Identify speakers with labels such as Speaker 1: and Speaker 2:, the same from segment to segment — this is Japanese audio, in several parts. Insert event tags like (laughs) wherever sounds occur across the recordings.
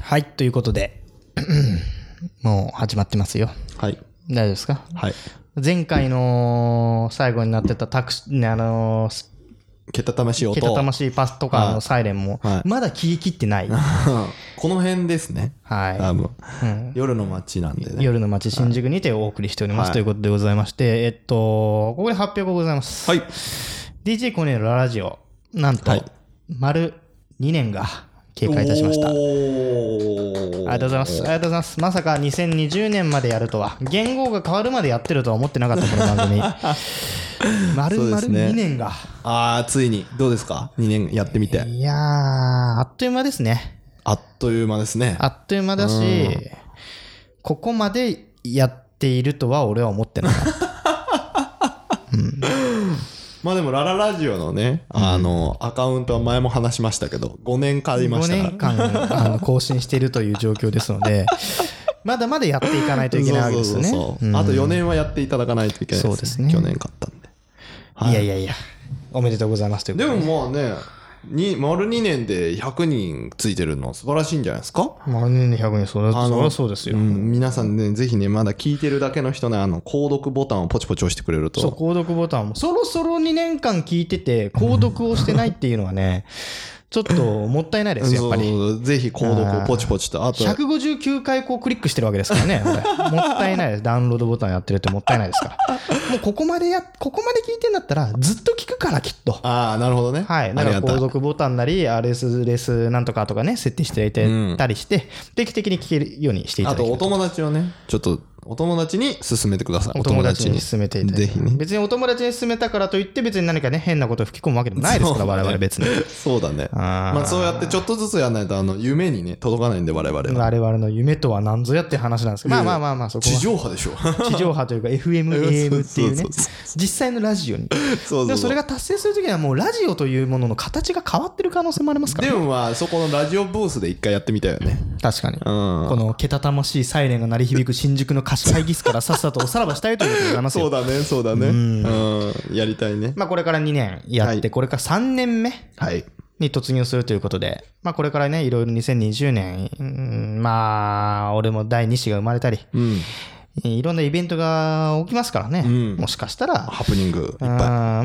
Speaker 1: はい、ということで、 (clears throat) もう始まってますよ。
Speaker 2: はい。
Speaker 1: 大丈夫ですか
Speaker 2: はい。
Speaker 1: 前回の最後になってたタクシー、ねあのー、す
Speaker 2: けたたましい音。
Speaker 1: けたたましいパスとかのサイレンも
Speaker 2: は、い
Speaker 1: まだ聞き切ってない。
Speaker 2: この辺ですね。
Speaker 1: は
Speaker 2: 多分
Speaker 1: うん
Speaker 2: 夜の街なんで
Speaker 1: い。
Speaker 2: ね。
Speaker 1: 夜の街新宿にてお送りしております、
Speaker 2: はい
Speaker 1: ということでございまして、えっと、ここで発表がございます。
Speaker 2: はい。
Speaker 1: DJ コネのラジオ、なんと、
Speaker 2: はい
Speaker 1: 丸2年が経過いたしました。ありがとうございます。ありがとうございます。まさか2020年までやるとは、言語が変わるまでやってるとは思ってなかった、この
Speaker 2: (laughs)
Speaker 1: 番組。丸
Speaker 2: そう
Speaker 1: 々
Speaker 2: ですね
Speaker 1: 2年が。
Speaker 2: ああ、ついに。どうですか ?2 年やってみて。
Speaker 1: いやー、あっという間ですね。
Speaker 2: あっという間ですね。
Speaker 1: あっという間だし、ここまでやっているとは俺は思ってなかった。
Speaker 2: まあでも、ラララジオのね、あの、アカウントは前も話しましたけど、5年借りま
Speaker 1: 5
Speaker 2: したから
Speaker 1: 年。間あの更新しているという状況ですので、
Speaker 2: (laughs)
Speaker 1: まだまだやっていかないといけないわけですよね。
Speaker 2: そうそうそうそう
Speaker 1: うん
Speaker 2: あと4年はやっていただかないといけない
Speaker 1: そうですね
Speaker 2: 去年買ったんで。
Speaker 1: いやいやいや、おめでとうございますというこ
Speaker 2: で
Speaker 1: とで。
Speaker 2: もまあね、に丸2年で100人ついてるのは素晴らしいんじゃないですか
Speaker 1: 丸年で100人、それ
Speaker 2: あ
Speaker 1: は
Speaker 2: の
Speaker 1: それはそうですよ。
Speaker 2: うん、皆さんね、ぜひね、まだ聞いてるだけの人ね、あの、購読ボタンをポチポチ押してくれる
Speaker 1: そう、
Speaker 2: と。
Speaker 1: 購読ボタンも、そろそろ2年間聞いてて、購読をしてないっていうのはね、
Speaker 2: (laughs)
Speaker 1: ちょっともったいないですよ、やっぱり。
Speaker 2: そうぜひ購読をポチポチと。あと、
Speaker 1: 159回こうクリックしてるわけですからね、俺もったいないです。ダウンロードボタンやってるってもったいないですから。もうここまでや、ここまで聞いてんだったら、ずっと聞くから、きっと。
Speaker 2: ああ、なるほどね。
Speaker 1: はい。
Speaker 2: あ
Speaker 1: だ
Speaker 2: り
Speaker 1: から、
Speaker 2: がた
Speaker 1: 後
Speaker 2: い。
Speaker 1: 続ボタンなり、RS レスなんとかとかね、設定していただいたりして、定期的に聞けるようにしていた
Speaker 2: あ
Speaker 1: だき
Speaker 2: と、
Speaker 1: た
Speaker 2: お
Speaker 1: いと。
Speaker 2: 友達をね、ちょっと、お友達に勧めてください。
Speaker 1: お友達に勧めていただい
Speaker 2: ぜ
Speaker 1: て
Speaker 2: ひね。 (laughs)
Speaker 1: 別にお友達に勧めたからといって、別に何かね、変なことを吹き込むわけでもないですから、
Speaker 2: そう
Speaker 1: 我々別に。
Speaker 2: そうだね。
Speaker 1: あー
Speaker 2: まあ、そうやってちょっとずつやらないと、あの、夢にね、届かないんで、我々は。
Speaker 1: 我々の夢とは何ぞやって話なんですけど、まあまあまあまあ、そこ
Speaker 2: 地
Speaker 1: は
Speaker 2: 上波でしょ。 (laughs)
Speaker 1: 地上波という (laughs) か FMAM っていうね
Speaker 2: そうそうそうそう、
Speaker 1: 実際のラジオに。
Speaker 2: そうそう
Speaker 1: で
Speaker 2: う
Speaker 1: もそれが達成するときにはもうラジオというものの形が変わってる可能性もありますから
Speaker 2: でもまあ、そこのラジオブースで一回やってみたよね。
Speaker 1: 確 (laughs) かに、
Speaker 2: ん
Speaker 1: このけたたましいサイレンが鳴り響く新宿の貸し会議室からさっさとおさらばしたいということでございます
Speaker 2: そう
Speaker 1: よ。
Speaker 2: だね、そうだね。うん。やりたいね。
Speaker 1: まあ、これから2年やって、
Speaker 2: はい
Speaker 1: これから3年目
Speaker 2: はい。
Speaker 1: に突入するということで、まあ、これからねいろいろ2020年、うんまあ俺も第2子が生まれたり、
Speaker 2: うん。
Speaker 1: いろんなイベントが起きますからね、
Speaker 2: ん
Speaker 1: もしかしたら
Speaker 2: ハプニングいっぱい。
Speaker 1: あ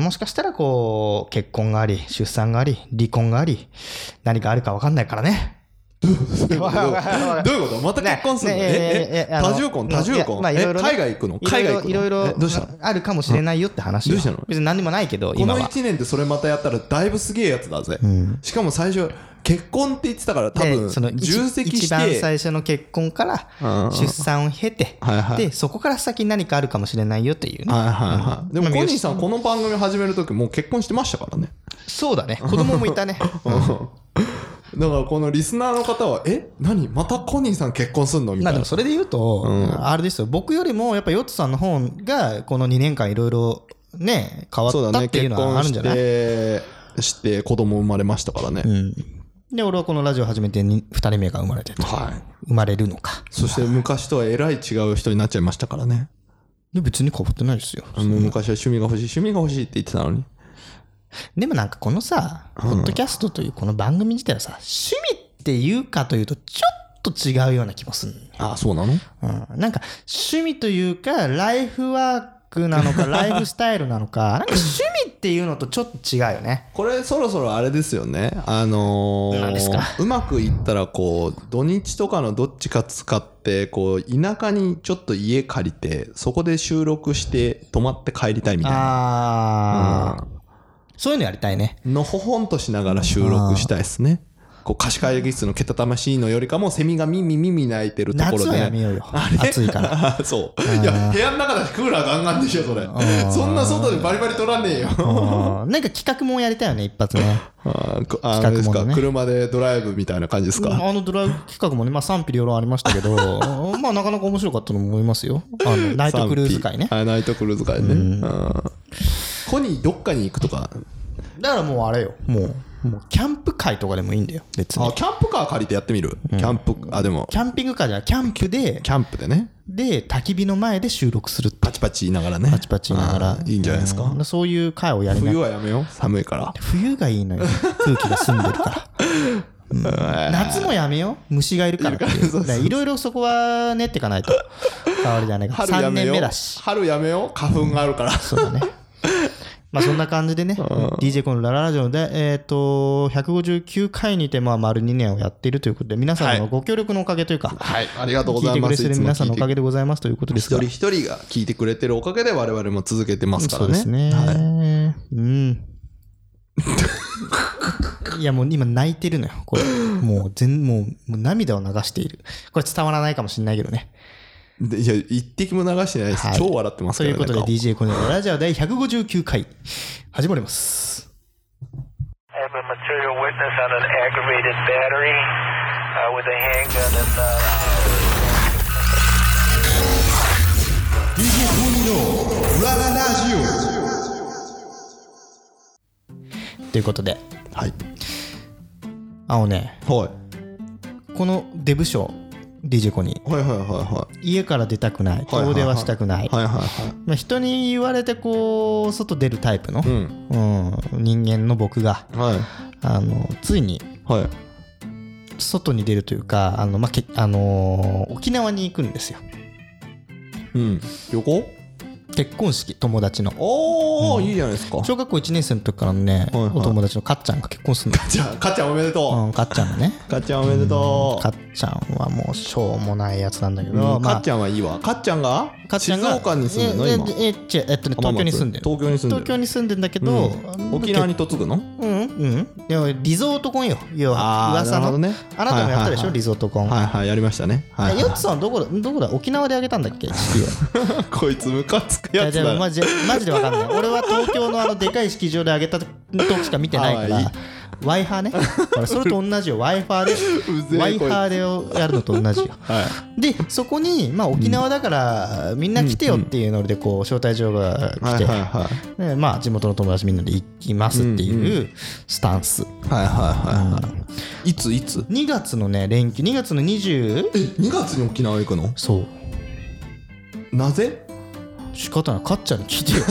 Speaker 1: ーもしかしたらこう結婚があり出産があり離婚があり何かあるか分かんないからね。わかんないわかんない
Speaker 2: どういうことまた結婚するの
Speaker 1: ね
Speaker 2: え
Speaker 1: ね
Speaker 2: え
Speaker 1: え
Speaker 2: え
Speaker 1: あの
Speaker 2: 多重婚多
Speaker 1: い
Speaker 2: 重
Speaker 1: や
Speaker 2: 婚
Speaker 1: まあ
Speaker 2: え
Speaker 1: いろいろね
Speaker 2: 海外行くの
Speaker 1: いろ
Speaker 2: 海
Speaker 1: い
Speaker 2: 外
Speaker 1: ろ
Speaker 2: 行くの
Speaker 1: いろい
Speaker 2: え
Speaker 1: ろ
Speaker 2: どうしたの
Speaker 1: あるかもしれないよって話よ
Speaker 2: どうしたの
Speaker 1: 別に何にもないけど
Speaker 2: こ
Speaker 1: 今
Speaker 2: の
Speaker 1: は
Speaker 2: 1年でそれまたやったらだいぶすげえやつだぜ。しかも最初、結婚って言ってたから多
Speaker 1: で
Speaker 2: 分、
Speaker 1: その一
Speaker 2: 重積
Speaker 1: 一
Speaker 2: し
Speaker 1: 番
Speaker 2: て、
Speaker 1: 最初の結婚から
Speaker 2: うん
Speaker 1: 出産を経て、
Speaker 2: はいはい
Speaker 1: でそこから先何かあるかもしれないよっていうね、
Speaker 2: はいはいはい。でも
Speaker 1: まあ
Speaker 2: コニーさん、この番組始めるときもう結婚してましたからね。
Speaker 1: そうだね子供もい
Speaker 2: (laughs)
Speaker 1: たね
Speaker 2: だからこのリスナーの方は、え何またコニーさん結婚すんのみ
Speaker 1: まあ
Speaker 2: たい
Speaker 1: で
Speaker 2: な
Speaker 1: も。それで言うと、あれですよ僕よりもやっぱヨッツさんの方がこの2年間いろいろね変わ
Speaker 2: そう
Speaker 1: った
Speaker 2: だ
Speaker 1: っ
Speaker 2: ね、
Speaker 1: ていう
Speaker 2: 結
Speaker 1: のはあ
Speaker 2: 婚
Speaker 1: るん
Speaker 2: し
Speaker 1: じゃない、
Speaker 2: て、して子供生まれましたからね。
Speaker 1: うん、で俺はこのラジオ始めて2人目が生まれてと
Speaker 2: はい。
Speaker 1: 生まれるのか
Speaker 2: そして昔とはえらい違う人になっちゃいましたからね。
Speaker 1: で別に変わってないですよ
Speaker 2: あの昔は趣味が欲しい、趣味が欲しいって言ってたのに。
Speaker 1: でもなんかこのさ、ポッドキャストというこの番組自体はさ、趣味っていうかというと、ちょっと違うような気もする、
Speaker 2: ああ、そうな
Speaker 1: う
Speaker 2: の
Speaker 1: ん。なんか趣味というか、ライフワークな
Speaker 2: (laughs)
Speaker 1: のか、ライフスタイルなのか、なんか趣味っていうのとちょっと違うよね。
Speaker 2: これそろそろあれですよね。あのー
Speaker 1: 何ですか
Speaker 2: うまくいったらこう、土日とかのどっちか使って、こう、田舎にちょっと家借りて、そこで収録して泊まって帰りたいみたいな。
Speaker 1: あー、
Speaker 2: う
Speaker 1: そういうのやりたいね。
Speaker 2: のほほんとしながら収録したいですね。こう貸し会議室のけたたましいのよりかもセミがミミミミ鳴いてるところ
Speaker 1: 夏
Speaker 2: で、
Speaker 1: はやめようよ。暑い
Speaker 2: (laughs)
Speaker 1: から。
Speaker 2: あーそういや部屋の中だしクーラーガンガンでしょそれそんな外でバリバリ取らねえよ
Speaker 1: うんなんか企画もやりたいよね、一発ね。
Speaker 2: あーこあーあれで
Speaker 1: 企画
Speaker 2: す
Speaker 1: も
Speaker 2: か
Speaker 1: のね
Speaker 2: 車でドライブみたいな感じですか
Speaker 1: あのドライブ企画もね、まあ賛否両論ありましたけど、まあなかなか面白かったと思いますよ。あのナイトクルーズ会ね
Speaker 2: 賛。否あーナイトクルーズ会ねあーコニーどっかに行くとか
Speaker 1: だからもうあれよもうもうキャンプ会とかでもいいんだよ別
Speaker 2: あ
Speaker 1: に
Speaker 2: ーキャンプカー借りてやってみるキャンプあでも
Speaker 1: キャンピングカーじゃないキャンプで
Speaker 2: キャンプでね
Speaker 1: で焚き火の前で収録するって
Speaker 2: パチパチ言いながらね
Speaker 1: パチパチ言いながら
Speaker 2: あーいいんじゃないですか
Speaker 1: うんそういう会をやりなが
Speaker 2: 冬
Speaker 1: ら
Speaker 2: はやめよう寒いから (laughs)
Speaker 1: 冬がいいのよ空気が澄んでるからうん夏もやめよう虫がいるからっていうだからいろいろそこは練っていか
Speaker 2: (laughs)
Speaker 1: ないと変わるじゃないか
Speaker 2: 春や
Speaker 1: 3
Speaker 2: め
Speaker 1: 年
Speaker 2: よ
Speaker 1: 目
Speaker 2: う
Speaker 1: だし
Speaker 2: 春やめよう花粉があるから、
Speaker 1: そうだ
Speaker 2: (laughs)
Speaker 1: ね。まあそんな感じでね、DJ コンのラララジオで、えっ、と、159回にて、まあ丸2年をやっているということで、皆さんのご協力のおかげというか、
Speaker 2: はいありがとうご
Speaker 1: 聞い
Speaker 2: ざい
Speaker 1: てく
Speaker 2: ま
Speaker 1: れ
Speaker 2: す
Speaker 1: てる皆さんのおか
Speaker 2: い
Speaker 1: げでございますということです
Speaker 2: つ
Speaker 1: が
Speaker 2: も聞いて一人一人が聞いてくれてるおかげで我々も続けてますか
Speaker 1: そ
Speaker 2: ら
Speaker 1: うで
Speaker 2: ね
Speaker 1: すね。
Speaker 2: はい
Speaker 1: うん。 (laughs) いやもう今泣いてるのよ、これ。もう全、もうもう涙を流している。これ伝わらないかもしれないけどね。
Speaker 2: でいや一滴も流してないです、
Speaker 1: はい
Speaker 2: 超笑ってます
Speaker 1: とい
Speaker 2: から
Speaker 1: う
Speaker 2: ね
Speaker 1: ことで
Speaker 2: 顔
Speaker 1: DJ コンのラララジオ第159回、始まります。
Speaker 3: I have a material witness on an aggravated battery uh, with a handgun and. Uh,
Speaker 4: DJ トミのラララジオ
Speaker 1: ということで、
Speaker 2: はい
Speaker 1: あのね、
Speaker 2: はい
Speaker 1: このデブ賞 DJ コに
Speaker 2: はいはいはいは
Speaker 1: 家から出たくない
Speaker 2: いはいはい
Speaker 1: 遠出はしたくない
Speaker 2: いはいはいはい
Speaker 1: まあ人に言われてこう外出るタイプの、
Speaker 2: うん
Speaker 1: うん人間の僕が
Speaker 2: はい
Speaker 1: あのついに
Speaker 2: はい
Speaker 1: 外に出るというかあの、まあけあのー沖縄に行くんですよ
Speaker 2: うん旅行
Speaker 1: 結婚式友達の
Speaker 2: おお、いいじゃないですか
Speaker 1: 小学校1年生の時からのね、
Speaker 2: はいはい
Speaker 1: お友達のかっちゃんが結婚する
Speaker 2: じゃあかっちゃんおめでとう、
Speaker 1: の、うん、かっちゃんがね
Speaker 2: かっちゃんおめでとう
Speaker 1: かっちゃんはもうしょうもないやつなんだけ
Speaker 2: うん
Speaker 1: ど、ま
Speaker 2: か
Speaker 1: あ
Speaker 2: っちゃんはいいわかっちゃんが
Speaker 1: かっちゃんが
Speaker 2: 静岡に住んで
Speaker 1: え
Speaker 2: るの今
Speaker 1: ええ違うえっとね東京に住んでる
Speaker 2: 浜松東京に住んでる
Speaker 1: 東京に住んでんだけど、
Speaker 2: うん沖縄に嫁ぐの
Speaker 1: うんうんいやリゾート婚よ要は
Speaker 2: あー
Speaker 1: 噂
Speaker 2: なる
Speaker 1: の
Speaker 2: ほどね
Speaker 1: あなたもやったでしょ、
Speaker 2: はいはいはい
Speaker 1: リゾート婚、
Speaker 2: はいはいやりましたねはい
Speaker 1: えヨッツさんはどこだどこだ沖縄であげたんだっ
Speaker 2: (laughs)
Speaker 1: け式を
Speaker 2: こいつムカつく
Speaker 1: い
Speaker 2: や
Speaker 1: や
Speaker 2: つだ
Speaker 1: で
Speaker 2: な
Speaker 1: もマジでマジでわかん
Speaker 2: (laughs)
Speaker 1: ない俺は東京のあのでかい式場であげたとしか見てないか
Speaker 2: あーいい
Speaker 1: ら w i f i ね俺それと同じよ w i f i
Speaker 2: (laughs)
Speaker 1: で w
Speaker 2: ぜえ
Speaker 1: i f
Speaker 2: こいつ
Speaker 1: i でやるのと同じよ
Speaker 2: はい
Speaker 1: でそこに、まあ、沖縄だからみんな来てよっていうのでこう招待状が来
Speaker 2: はい
Speaker 1: て
Speaker 2: はいはい
Speaker 1: でまあ、地元の友達みんなで行きますっていううスタンス、
Speaker 2: はいはいはいはいいついつ
Speaker 1: 2月のね連休2月の 20?
Speaker 2: え2月に沖縄行くの
Speaker 1: そう
Speaker 2: なぜ
Speaker 1: 仕方ないかっちゃんに聞いて
Speaker 2: (laughs)
Speaker 1: よ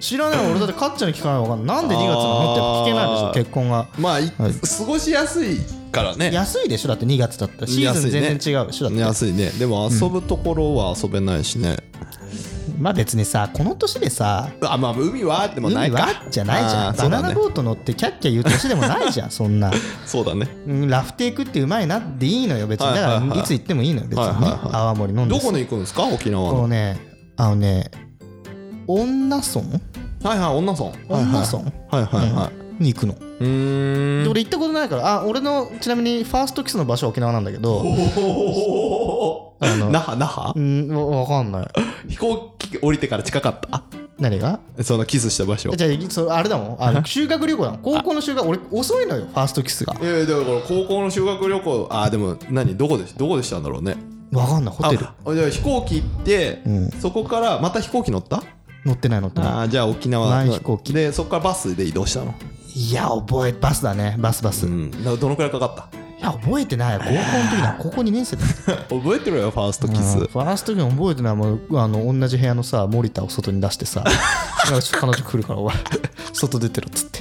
Speaker 1: 知らない俺だってかっちゃんに聞かないわかんないなんで2月なのってやっぱ聞けないでし
Speaker 2: あ
Speaker 1: ょ
Speaker 2: ー
Speaker 1: 結婚が
Speaker 2: まあい
Speaker 1: はい
Speaker 2: 過ごしやすいから
Speaker 1: (laughs)
Speaker 2: ね
Speaker 1: 安いでしょだって2月だったらシーズン全然違うでしょだって、
Speaker 2: 安いねでも遊ぶところは遊べないしね
Speaker 1: まあ別にさこの年でさ
Speaker 2: あまあ海はでもな
Speaker 1: 海
Speaker 2: いか
Speaker 1: はじゃないじゃ
Speaker 2: あ
Speaker 1: ん
Speaker 2: ーそ
Speaker 1: バ
Speaker 2: う
Speaker 1: ナ
Speaker 2: だ
Speaker 1: ナ
Speaker 2: ね
Speaker 1: ボート乗ってキャッキャ言う年でもないじゃんそんな
Speaker 2: そうだね
Speaker 1: うんラフテークってうまいなっていいのよ別に
Speaker 2: はい
Speaker 1: だ
Speaker 2: はいはい
Speaker 1: からいつ行ってもいいのよ別にね
Speaker 2: はいはいはい
Speaker 1: 泡盛飲んで
Speaker 2: ど
Speaker 1: さ
Speaker 2: こに行くんですか沖縄
Speaker 1: この
Speaker 2: の
Speaker 1: ねあのね女村
Speaker 2: はいはい女村はい
Speaker 1: 女
Speaker 2: は
Speaker 1: 村
Speaker 2: いはいはいは
Speaker 1: に行くの、
Speaker 2: いうー
Speaker 1: で
Speaker 2: ん
Speaker 1: 俺行ったことないからあ俺のちなみにファーストキスの場所は沖縄なんだけどあの
Speaker 2: 那覇那覇
Speaker 1: うんわわかんない
Speaker 2: 飛行機降りてから近かった
Speaker 1: 何が
Speaker 2: そのキスした場所
Speaker 1: じゃあそうあれだもんあの修学旅行だもん高校の修学俺遅いのよファーストキスが
Speaker 2: いやいやだから高校の修学旅行あーでも何どこでどこでしたんだろうね
Speaker 1: わかんないホテル
Speaker 2: あじゃあ飛行機行って、
Speaker 1: うん
Speaker 2: そこからまた飛行機乗った
Speaker 1: 乗ってない乗ってな
Speaker 2: あーじゃあ沖縄
Speaker 1: 前飛行機
Speaker 2: でそこからバスで移動したの、
Speaker 1: いいや覚えバスだねバスバス、
Speaker 2: う
Speaker 1: い
Speaker 2: ん、などのくらいかかっ
Speaker 1: や覚えてない高校の時だ高校2年生だ
Speaker 2: た覚えてるよファーストキス、
Speaker 1: うんファーストキス覚えてないもうあの同じ部屋のさ森田を外に出して
Speaker 2: (laughs)
Speaker 1: さなんかちょっと彼女来るからお前外出てろっつって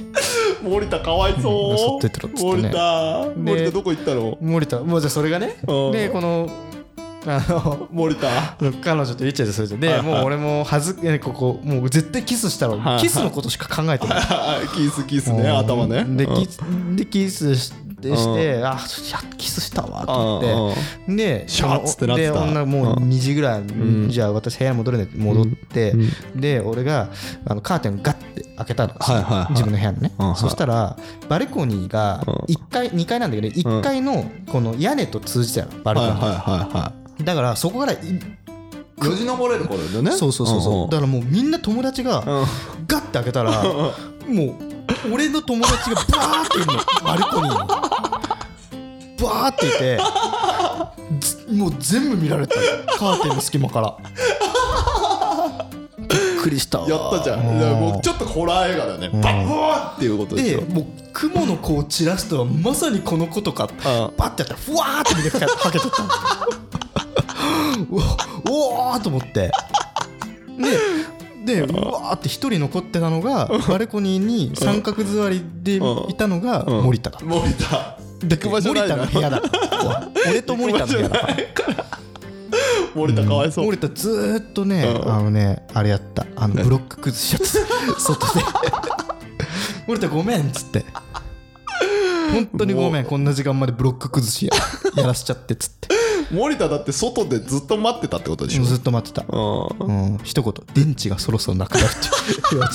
Speaker 2: 森田かわ
Speaker 1: う
Speaker 2: い
Speaker 1: ん
Speaker 2: そ
Speaker 1: そうう出てろっつってね
Speaker 2: 森田
Speaker 1: で
Speaker 2: 森田どこ行ったの
Speaker 1: 森田もうじゃあそれがね
Speaker 2: うん
Speaker 1: でこのあの
Speaker 2: 森田 (laughs)
Speaker 1: 彼女とイチャイチャするじゃんで、
Speaker 2: はいはい
Speaker 1: もう俺もはずここもう絶対キスしたら、
Speaker 2: はい
Speaker 1: キスのことしか考えてない
Speaker 2: キスキスね頭ね
Speaker 1: で
Speaker 2: うん
Speaker 1: キスでキスしてして、あいやキスしたわと思って、で
Speaker 2: シャーッつってなって
Speaker 1: で
Speaker 2: た
Speaker 1: 女もう2時ぐらい、
Speaker 2: ん
Speaker 1: じゃあ私部屋に戻るねって戻って、
Speaker 2: うん
Speaker 1: で俺があのカーテンガッて開けたの、
Speaker 2: はいはいはい
Speaker 1: 自分の部屋のね、
Speaker 2: うんはい
Speaker 1: そしたらバルコニーが1階、2階なんだけど1階のこの屋根と通じてたのバル
Speaker 2: は
Speaker 1: コ
Speaker 2: い
Speaker 1: ニ
Speaker 2: は
Speaker 1: ー
Speaker 2: い
Speaker 1: が、
Speaker 2: はいは
Speaker 1: だからそこからい
Speaker 2: いよじ登れる頃だよね
Speaker 1: そうそうそうそう、
Speaker 2: ん
Speaker 1: だからもうみんな友達が
Speaker 2: うん
Speaker 1: ガッて開けた
Speaker 2: (laughs)
Speaker 1: らもう俺の友達がバーっているのバルコニーにバーっていてずもう全部見られたカーテンの隙間からびっくりしたわ
Speaker 2: やったじゃん
Speaker 1: う
Speaker 2: だからもうちょっとホラー映画だねバッフォーっていうことでし
Speaker 1: で
Speaker 2: ょ
Speaker 1: もう雲の子を散らすとはまさにこのことか
Speaker 2: あ
Speaker 1: バッてやったらふわーって見てかはけてったのうわおおーと思ってででうわーって一人残ってたのがバルコニーに三角座りでいたのが森田だ
Speaker 2: 森田出くばじゃ
Speaker 1: 森
Speaker 2: ない
Speaker 1: 田
Speaker 2: な
Speaker 1: の部屋だ
Speaker 2: (laughs)
Speaker 1: 俺と森田の部屋だ
Speaker 2: 森田かわいそう
Speaker 1: 森田ずーっとね、
Speaker 2: うん
Speaker 1: あのねあれやったあのブロック崩しちゃった外
Speaker 2: (laughs)
Speaker 1: で森田ごめんっつって本当にごめんこんな時間までブロック崩しややらしちゃってっつって
Speaker 2: 森田だって外でずっと待ってたってことでし
Speaker 1: ずっと待ってた
Speaker 2: ょうん
Speaker 1: うん、一言電池がそろそろなくなるって言わ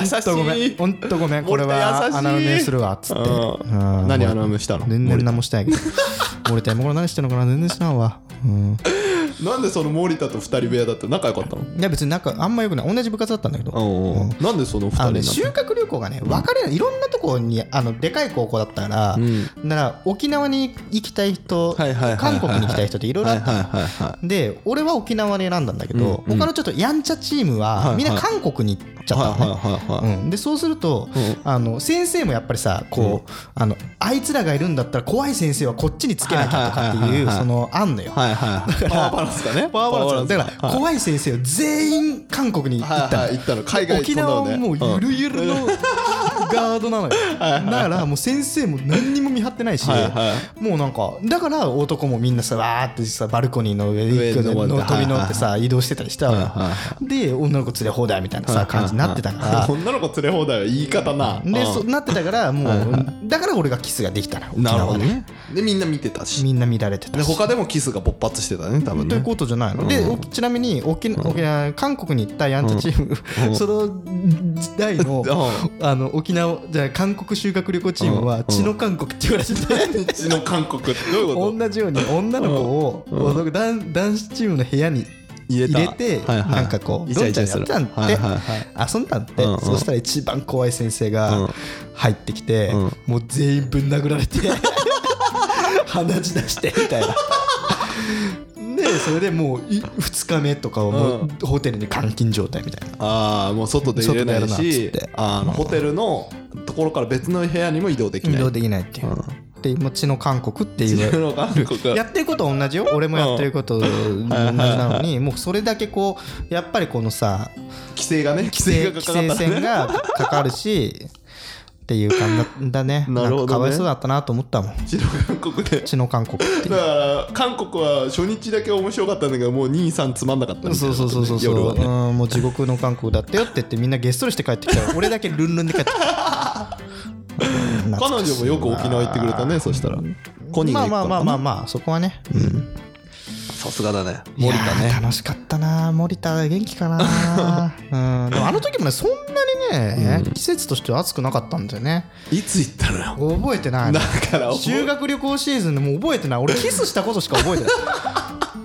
Speaker 1: れ
Speaker 2: 優しい
Speaker 1: てほんとごめん本当ごめんこれ
Speaker 2: 森
Speaker 1: は
Speaker 2: 田優しい
Speaker 1: 穴埋めするわっつってうん
Speaker 2: 何穴埋めしたの
Speaker 1: 全然
Speaker 2: 森
Speaker 1: 何もしたいけ
Speaker 2: (laughs)
Speaker 1: ど俺って今頃何してんのかな全然知らんわうん
Speaker 2: 田なんでその森田と二人部屋だって仲良かったの
Speaker 1: いや別になんかあんまよくない同じ部活だったんだけど
Speaker 2: うんうんなんでその二
Speaker 1: あの
Speaker 2: 人
Speaker 1: ね、
Speaker 2: な
Speaker 1: 修学旅行がね分かれないいろんなとこにあのでかい高校だったから、なら沖縄に行きたい人
Speaker 2: はいはいはいはい
Speaker 1: 韓国に行きたい人っていろいろ
Speaker 2: は
Speaker 1: あ
Speaker 2: い
Speaker 1: ったの
Speaker 2: はいはいは
Speaker 1: で俺は沖縄に選んだんだけど、
Speaker 2: うんうん
Speaker 1: 他のちょっとやんちゃチーム
Speaker 2: はいは
Speaker 1: はいみんな韓国に行っち
Speaker 2: い
Speaker 1: ゃったのね、
Speaker 2: はいはいはいはい
Speaker 1: うん、でそうすると、
Speaker 2: う
Speaker 1: あの先生もやっぱりさこう、あのあいつらがいるんだったら怖い先生はこっちにつけなきゃとかって
Speaker 2: はいはい
Speaker 1: いう
Speaker 2: はいはい
Speaker 1: そのあんのよ。
Speaker 2: はいはいパワーバランスだね
Speaker 1: (laughs) パワーバランスだ
Speaker 2: パワ
Speaker 1: か
Speaker 2: ー
Speaker 1: ら怖い先生は全員韓国に行ったの、
Speaker 2: はいはい行ったの海外行
Speaker 1: 沖
Speaker 2: った
Speaker 1: 縄
Speaker 2: の
Speaker 1: は
Speaker 2: ね
Speaker 1: もうゆるゆるのガードなのよだからもう先生も何にも見張ってないし、
Speaker 2: はいは
Speaker 1: もうなんかだから男もみんなさわーってさバルコニーの上で一
Speaker 2: 上に
Speaker 1: 個
Speaker 2: 登って
Speaker 1: の飛び乗って
Speaker 2: は
Speaker 1: さ移動してたりした
Speaker 2: はい
Speaker 1: わ
Speaker 2: は
Speaker 1: よで女の子連れ放題みたいなさ感じになってたから
Speaker 2: ら (laughs) 女の子連れ放題は言い方な
Speaker 1: で
Speaker 2: うん
Speaker 1: そうなってた
Speaker 2: (laughs)
Speaker 1: からもうだから俺がキスができたら
Speaker 2: なるほどねでみんな見てたし
Speaker 1: みんな見られてた
Speaker 2: で
Speaker 1: し
Speaker 2: 他でもキスが勃発してたね多分
Speaker 1: という
Speaker 2: ね
Speaker 1: ことじゃないのでおちなみに沖沖縄韓国に行ったヤンチャチーム、 (laughs) その時代の
Speaker 2: う
Speaker 1: あの沖縄じゃあ韓国修学旅行チーム
Speaker 2: う
Speaker 1: は
Speaker 2: ん
Speaker 1: 血の韓国って言われてて
Speaker 2: う (laughs) ちの韓国ってどういうこと
Speaker 1: 同じように女の子を男男男子チームの部屋に
Speaker 2: 入
Speaker 1: 入れてなんかこう
Speaker 2: イチャイチャ
Speaker 1: どんちゃんやったんって
Speaker 2: はいはいはい
Speaker 1: 遊んだって、
Speaker 2: うんうん
Speaker 1: そしたら一番怖い先生
Speaker 2: う
Speaker 1: が
Speaker 2: ん
Speaker 1: 入ってきて、
Speaker 2: うん
Speaker 1: もう全員ぶん殴ら
Speaker 2: (laughs)
Speaker 1: れて鼻血出してみたいな。でそれでもう2日目とかはもうホテルに監禁状態みたいな。
Speaker 2: ああもう外で入れない
Speaker 1: 外でや
Speaker 2: し
Speaker 1: るなっつって
Speaker 2: あのホテルのところから別の部屋にも移動できない
Speaker 1: 移動できないっていう。でもう血の韓国っていう
Speaker 2: 自分の韓国
Speaker 1: や
Speaker 2: が
Speaker 1: ってることは同じよ俺もやってること同じなのにもうそれだけこうやっぱりこのさ
Speaker 2: 規制がね規
Speaker 1: 規制
Speaker 2: 制が
Speaker 1: 規
Speaker 2: かかっ
Speaker 1: 制
Speaker 2: た
Speaker 1: 線
Speaker 2: ね
Speaker 1: がかかるしっていう感じだね
Speaker 2: なる
Speaker 1: ん
Speaker 2: ほどね
Speaker 1: かかわいそうだったなと思ったもん
Speaker 2: 一応韓国で
Speaker 1: 血の韓国っていう
Speaker 2: だから韓国は初日だけ面白かったんだけどもう23つまんなかったみたい
Speaker 1: そう
Speaker 2: な
Speaker 1: そうそうそうそう、
Speaker 2: 夜はね
Speaker 1: うんもう地獄の韓国だったよって言ってみんなげっそりして帰ってきた
Speaker 2: (laughs)
Speaker 1: ら俺だけルンルンで帰ってきたうん
Speaker 2: 彼女もよく沖縄行ってくれたねそしたらコニー
Speaker 1: ま
Speaker 2: が行
Speaker 1: あ
Speaker 2: った
Speaker 1: まあまあ
Speaker 2: のか
Speaker 1: ま
Speaker 2: な
Speaker 1: あまあそこはね、うん、
Speaker 2: さすがだね森田
Speaker 1: いやー
Speaker 2: ね
Speaker 1: 楽しかったな森田元気か
Speaker 2: (laughs)
Speaker 1: なうんでもあの時もねそんなにね、季節としては暑くなかったんだよね
Speaker 2: いつ行ったのよ
Speaker 1: 覚えてない
Speaker 2: だ
Speaker 1: の
Speaker 2: から
Speaker 1: 修学旅行シーズンでもう覚えてない俺キスしたことしか覚えてない
Speaker 2: (laughs)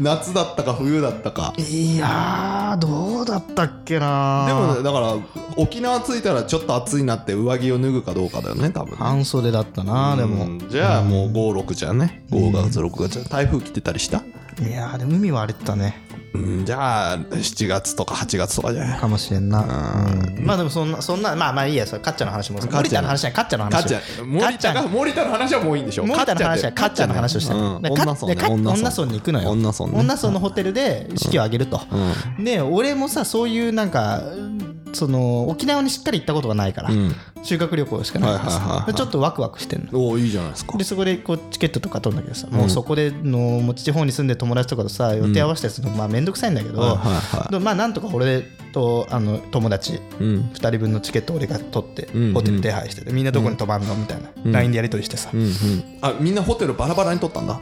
Speaker 2: 夏だったか冬だったか
Speaker 1: いやーどうだったっけな
Speaker 2: でもねだから沖縄着いたらちょっと暑いなって上着を脱ぐかどうかだよね多分ね
Speaker 1: 半袖だったなでも
Speaker 2: うんじゃあもう56じゃんね5月6月台風来てたりした
Speaker 1: いやーでも海は荒れてたね
Speaker 2: うんじゃあ7月とか8月とかじゃない
Speaker 1: かもしれんな、うんまあでもそんなそんなまあまあいいやそれカッチャの話も
Speaker 2: カッチャ
Speaker 1: 森田の話じゃないカッチャの
Speaker 2: か
Speaker 1: 話
Speaker 2: っちゃん森
Speaker 1: カ
Speaker 2: 田
Speaker 1: ッ
Speaker 2: が
Speaker 1: チャ
Speaker 2: 森田の話はもういいんでしょ
Speaker 1: 森田の話はカッチャの話をした
Speaker 2: う
Speaker 1: の
Speaker 2: ん
Speaker 1: でカッ
Speaker 2: 女
Speaker 1: で
Speaker 2: 村ね
Speaker 1: カッ
Speaker 2: 女村
Speaker 1: 女村に行くのよ
Speaker 2: 女村ね
Speaker 1: 女村のホテルで式を挙げると、で俺もさそういうなんかその沖縄にしっかり行ったことがないから、
Speaker 2: うん
Speaker 1: 修学旅行しかないから
Speaker 2: はいはいはいは
Speaker 1: さ
Speaker 2: い
Speaker 1: でちょっとワクワクしてんの
Speaker 2: おおいいじゃないですか
Speaker 1: でそこでこうチケットとか取るんだけどさ、もうそこでのもう地方に住んでる友達とかとさ予定合わせたりするのまあ面倒くさいんだけど、
Speaker 2: はいはいは
Speaker 1: でもまあなんとか俺とあの友達
Speaker 2: うん
Speaker 1: 2人分のチケット俺が取って
Speaker 2: んうん
Speaker 1: ホテル手配しててみんなどこに泊まるのみたいな LINE でやり取りしてさ
Speaker 2: うんうんあみんなホテルバラバラに取ったんだ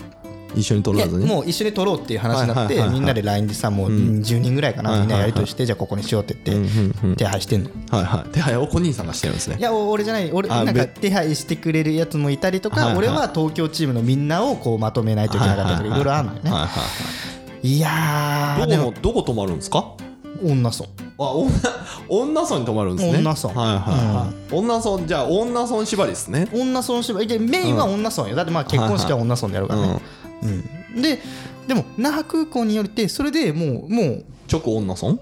Speaker 2: 一緒に取
Speaker 1: い
Speaker 2: ら
Speaker 1: や
Speaker 2: ずに
Speaker 1: もう一緒に取ろうっていう話になっ
Speaker 2: はいはい
Speaker 1: て
Speaker 2: はいはい
Speaker 1: みんなで LINE でさもう10人ぐらいかなみんなやり取りしてじゃあここにしようって言って手配してんの
Speaker 2: はいはい手配をコニーさんがしてるんですね
Speaker 1: いやお俺じゃない俺
Speaker 2: あ
Speaker 1: なん
Speaker 2: べ
Speaker 1: か手配してくれるやつもいたりと
Speaker 2: はいは
Speaker 1: か
Speaker 2: い
Speaker 1: 俺は東京チームのみんなをこうまとめないといけなかったりとかいろいろあるのよね
Speaker 2: はい
Speaker 1: いや
Speaker 2: は
Speaker 1: ー
Speaker 2: いはい
Speaker 1: で
Speaker 2: ど
Speaker 1: も
Speaker 2: このどこ泊まるんですか
Speaker 1: 女村
Speaker 2: あ女女村に泊まるんですね
Speaker 1: 女村
Speaker 2: はいはいはい女村じゃあ女村縛りですね
Speaker 1: 女村芝居でメインは女村よだってまあ結婚式は女村でやるからねうんででも那覇空港によりてそれでもうもう
Speaker 2: 直女村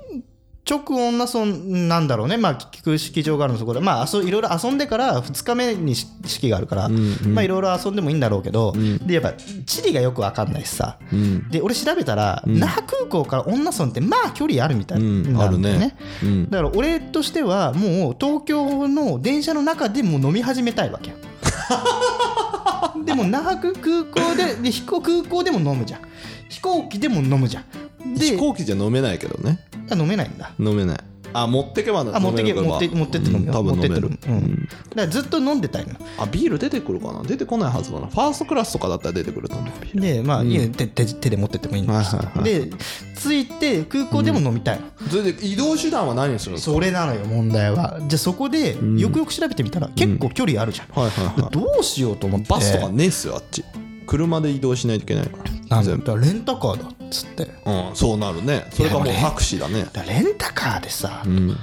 Speaker 1: 直女村なんだろうねまあ結局式場があるのそこでまあ遊いろいろ遊んでから2日目にし式があるから、まあいろいろ遊んでもいいんだろうけど、でやっぱ地理がよく分かんないしさ、
Speaker 2: うん
Speaker 1: で俺調べたら、那覇空港から女村ってまあ距離あるみたいなんだ
Speaker 2: うんあ
Speaker 1: よ
Speaker 2: るね
Speaker 1: ね
Speaker 2: うん
Speaker 1: だから俺としてはもう東京の電車の中でもう飲み始めたいわけよ
Speaker 2: (laughs)
Speaker 1: でも那覇空港でで飛行空港でも飲むじゃん飛行機でも飲むじゃんで
Speaker 2: 飛行機じゃ飲めないけどね
Speaker 1: あ飲めないんだ
Speaker 2: 飲めないあ持ってけば飲める
Speaker 1: あ持ってけ
Speaker 2: から
Speaker 1: 持って持ってって飲むよ
Speaker 2: うん多分飲める
Speaker 1: 持ってって飲むうんだからずっと飲んでたいの
Speaker 2: あビール出てくるかな出てこないはずだなファーストクラスとかだったら出てくると思うビール
Speaker 1: でまあ、
Speaker 2: うん
Speaker 1: 家手手手で持ってってもいいん
Speaker 2: はい
Speaker 1: で
Speaker 2: はいはい
Speaker 1: で着いて空港でも飲みたいの、
Speaker 2: それで移動手段は何にするんですか
Speaker 1: それなのよ問題はじゃあそこで
Speaker 2: ん
Speaker 1: よくよく調べてみたら結構距離あるじゃん、
Speaker 2: はいはいはい
Speaker 1: どうしようと思って
Speaker 2: バスとかねえっすよあっち車で移動しないといけないから
Speaker 1: なんだだ
Speaker 2: 全
Speaker 1: か
Speaker 2: 部
Speaker 1: らレンタカーだっつってだか
Speaker 2: うんそうなるねそれかもう
Speaker 1: いや
Speaker 2: タクシーだね
Speaker 1: らレンタカーでさ、
Speaker 2: うん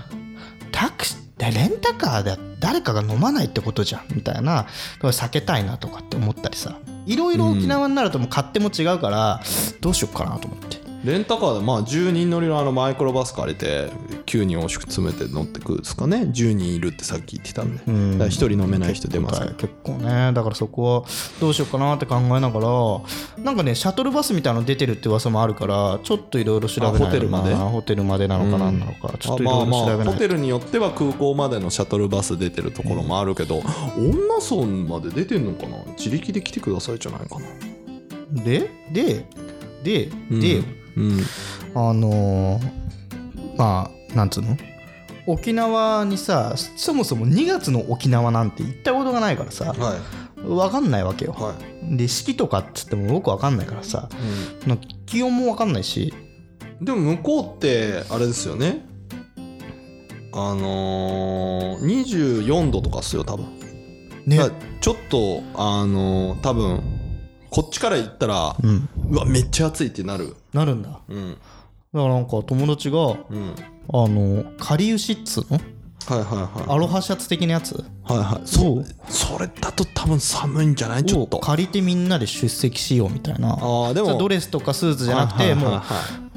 Speaker 1: タクシーレンタカーで誰かが飲まないってことじゃんみたいなだから避けたいなとかって思ったりさいろいろ沖縄になるともう勝手も違うから、どうしようかなと思って
Speaker 2: レンタカーでまあ10人乗りのあのマイクロバス借りて9人押し詰めて乗ってくるんですかね10人いるってさっき言ってたんで、
Speaker 1: ん
Speaker 2: だから1人飲めない人出ますから
Speaker 1: 結構ねだからそこはどうしようかなって考えながらなんかねシャトルバスみたいなの出てるって噂もあるからちょっといろいろ調べないとな
Speaker 2: あホテルまで
Speaker 1: ホテルまでなのかなんなのか、ちょっとい
Speaker 2: ま
Speaker 1: ろ
Speaker 2: あ
Speaker 1: いろ調
Speaker 2: ま
Speaker 1: べ
Speaker 2: あ
Speaker 1: ない
Speaker 2: ホ
Speaker 1: と
Speaker 2: テルによっては空港までのシャトルバス出てるところもあるけど、女村まで出てんのかな自力で来てくださいじゃないかな
Speaker 1: でででで、
Speaker 2: うん、うん
Speaker 1: あのーまあなんつうの沖縄にさそもそも2月の沖縄なんて行ったことがないからさ
Speaker 2: はい
Speaker 1: 分かんないわけよ、
Speaker 2: は
Speaker 1: で四季とかっつってもよく分かんないからさ
Speaker 2: い、う
Speaker 1: なんか気温も分かんないし
Speaker 2: ん、でも向こうってあれですよねあのー、24度とかっすよ多分
Speaker 1: ね
Speaker 2: だからちょっとあのー多分こっちから行ったら、う
Speaker 1: うん
Speaker 2: わめっちゃ暑いってなる
Speaker 1: なるんだ
Speaker 2: うん
Speaker 1: だからなんか友達が
Speaker 2: うん
Speaker 1: あのかりゆしっつうの
Speaker 2: はいはいは
Speaker 1: アロハシャツ的なやつ
Speaker 2: いはいはい
Speaker 1: そう
Speaker 2: それだと多分寒いんじゃないちょ
Speaker 1: を
Speaker 2: っと
Speaker 1: 借りてみんなで出席しようみたいな
Speaker 2: ああでも
Speaker 1: ドレスとかスーツじゃなく
Speaker 2: はい
Speaker 1: て
Speaker 2: はいはい
Speaker 1: も
Speaker 2: は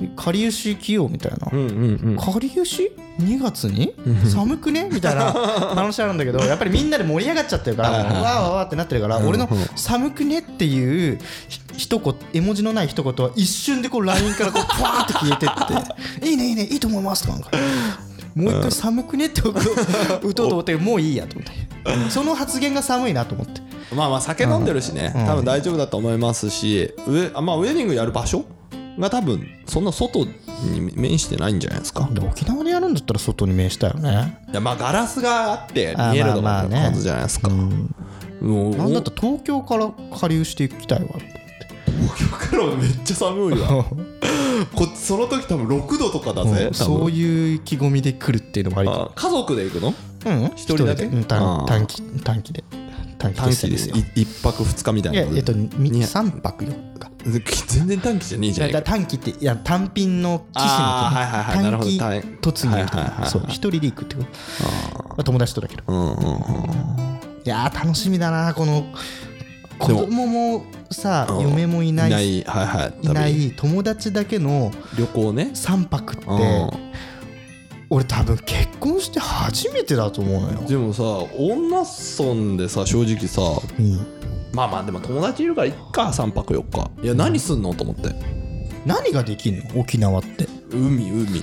Speaker 1: うかりゆし着ようみたいない
Speaker 2: うんうんうん
Speaker 1: かりゆし2月に寒くねみたい
Speaker 2: (laughs)
Speaker 1: な話あるんだけどやっぱりみんなで盛り上がっちゃってるから
Speaker 2: はい
Speaker 1: わ
Speaker 2: はい
Speaker 1: ー
Speaker 2: は
Speaker 1: わ
Speaker 2: い
Speaker 1: ーわーってなってるから俺の「寒くね」っていうひ一言絵文字のない一言は一瞬でこう LINE からこうパーって消えて
Speaker 2: (laughs)
Speaker 1: って「いいねいいねいいと思います」なんか。もう一回寒くねって
Speaker 2: (laughs)
Speaker 1: 僕打とうと思ってもういいやと思ってその発言が寒いなと思って
Speaker 2: まあまあ酒飲んでるしね、多分大丈夫だと思いますしウあまあ、ウェディングやる場所が多分そんな外に面してないんじゃないですか、
Speaker 1: で沖縄でやるんだったら外に面したよね
Speaker 2: いやまあガラスがあって見えるの
Speaker 1: あまあ
Speaker 2: が
Speaker 1: まあね
Speaker 2: はずじゃないですか、もう
Speaker 1: なんだったら東京から下流していき
Speaker 2: (laughs)
Speaker 1: たいわと思って
Speaker 2: 黒めっちゃ寒
Speaker 1: (laughs)
Speaker 2: いわこその時多分6度とかだぜ、
Speaker 1: うん
Speaker 2: 多分
Speaker 1: そういう意気込みで来るっていうのもあり
Speaker 2: あ家族で行くの
Speaker 1: うん、一
Speaker 2: 人だけ
Speaker 1: うん短
Speaker 2: あー
Speaker 1: 短期短期で短期
Speaker 2: 短
Speaker 1: で
Speaker 2: 期ですよ1泊2日みたい
Speaker 1: い
Speaker 2: な
Speaker 1: や
Speaker 2: こと
Speaker 1: えっと
Speaker 2: いや
Speaker 1: 3泊4日
Speaker 2: 全然短期じゃねえじゃ
Speaker 1: だ
Speaker 2: ねえ
Speaker 1: か
Speaker 2: から
Speaker 1: 短期っていや単品の機種
Speaker 2: あーはいはいはいなる
Speaker 1: の
Speaker 2: ほど
Speaker 1: 期短
Speaker 2: 単
Speaker 1: 期突入と
Speaker 2: はいはいはいは
Speaker 1: か
Speaker 2: い
Speaker 1: そう一人で行くってことまあ友達とだけど
Speaker 2: うんうんうん
Speaker 1: いやー楽しみだなこの子供もさ
Speaker 2: うん
Speaker 1: 嫁もいない
Speaker 2: ないいはいはい
Speaker 1: ない友達だけの
Speaker 2: 旅旅行ね
Speaker 1: 3泊って
Speaker 2: う
Speaker 1: 俺多分結婚して初めてだと思うのよ
Speaker 2: ん、でもさ女村でさ正直さ
Speaker 1: うん、
Speaker 2: まあまあでも友達いるからいっか3泊4日いや何すんのと思って
Speaker 1: 何ができんの沖縄って
Speaker 2: 海海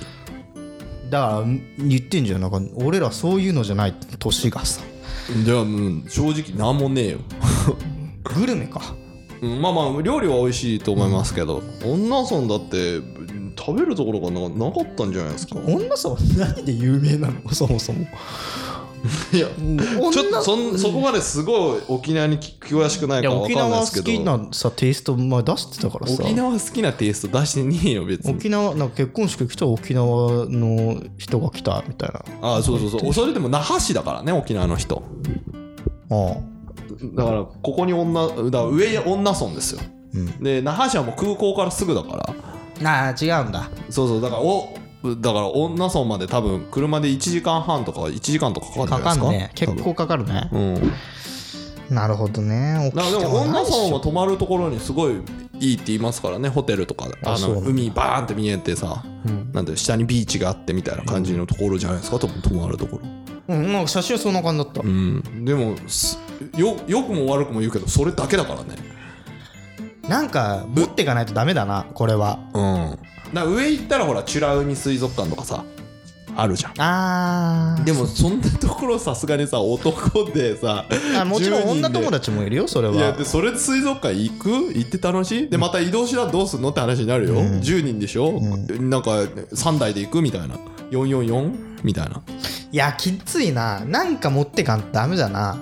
Speaker 1: だから言ってんじゃんなんか俺らそういうのじゃない年がさ
Speaker 2: じゃあうん正直何もねえよ
Speaker 1: グルメか
Speaker 2: うんまあまあ料理は美味しいと思いますけど、女さんだって食べるところがななかったんじゃないですか
Speaker 1: 女さんは何で有名なのそもそも
Speaker 2: いや
Speaker 1: 女
Speaker 2: ちょっとそんそこまですごい沖縄にき詳しくない
Speaker 1: い
Speaker 2: か
Speaker 1: や
Speaker 2: わ
Speaker 1: 沖
Speaker 2: かんない
Speaker 1: 縄好
Speaker 2: ですけど
Speaker 1: きなさテイスト前出してたからさ
Speaker 2: 沖縄好きなテイスト出してねえよ別に
Speaker 1: 沖縄なんか結婚式来たら沖縄の人が来たみたいなあ
Speaker 2: ああそうそうそうそれでも那覇市だからね沖縄の人
Speaker 1: あ
Speaker 2: だからここに女だから上女村ですよ
Speaker 1: うん
Speaker 2: で那覇市はもう空港からすぐだから
Speaker 1: ああ違うんだ
Speaker 2: そうそうだからおだから女村まで多分車で1時間半とか1時間とかかかるんじゃ
Speaker 1: か
Speaker 2: ない
Speaker 1: かん
Speaker 2: ですか
Speaker 1: ね結構かかるね
Speaker 2: 多分うん
Speaker 1: なるほどね
Speaker 2: だからでも女村は泊まるところにすごいいいって言いますからねホテルとか
Speaker 1: あ
Speaker 2: あ
Speaker 1: そう
Speaker 2: の
Speaker 1: なんだ
Speaker 2: 海バーンって見えてさ、
Speaker 1: うん
Speaker 2: なんて下にビーチがあってみたいな感じのところじゃないですか多分泊まるところ、
Speaker 1: うんなんか写真はそんな感じだった
Speaker 2: うん、でもすよよくも悪くも言うけどそれだけだからね
Speaker 1: なんか持っていかないとダメだなこれは
Speaker 2: うんだから上行ったらほら美ら海水族館とかさあるじゃん。
Speaker 1: あー
Speaker 2: でもそんなところさすがにさ男でさ
Speaker 1: あもちろん
Speaker 2: 10人で
Speaker 1: 女友達もいるよそれ
Speaker 2: いや
Speaker 1: は
Speaker 2: でそれ水族館行く行って楽しいでまた移動したらどうすんのって話になるよ、10人でしょ、なんか3台で行くみたいな444みたいない
Speaker 1: やきついななんか持ってかんとダメだな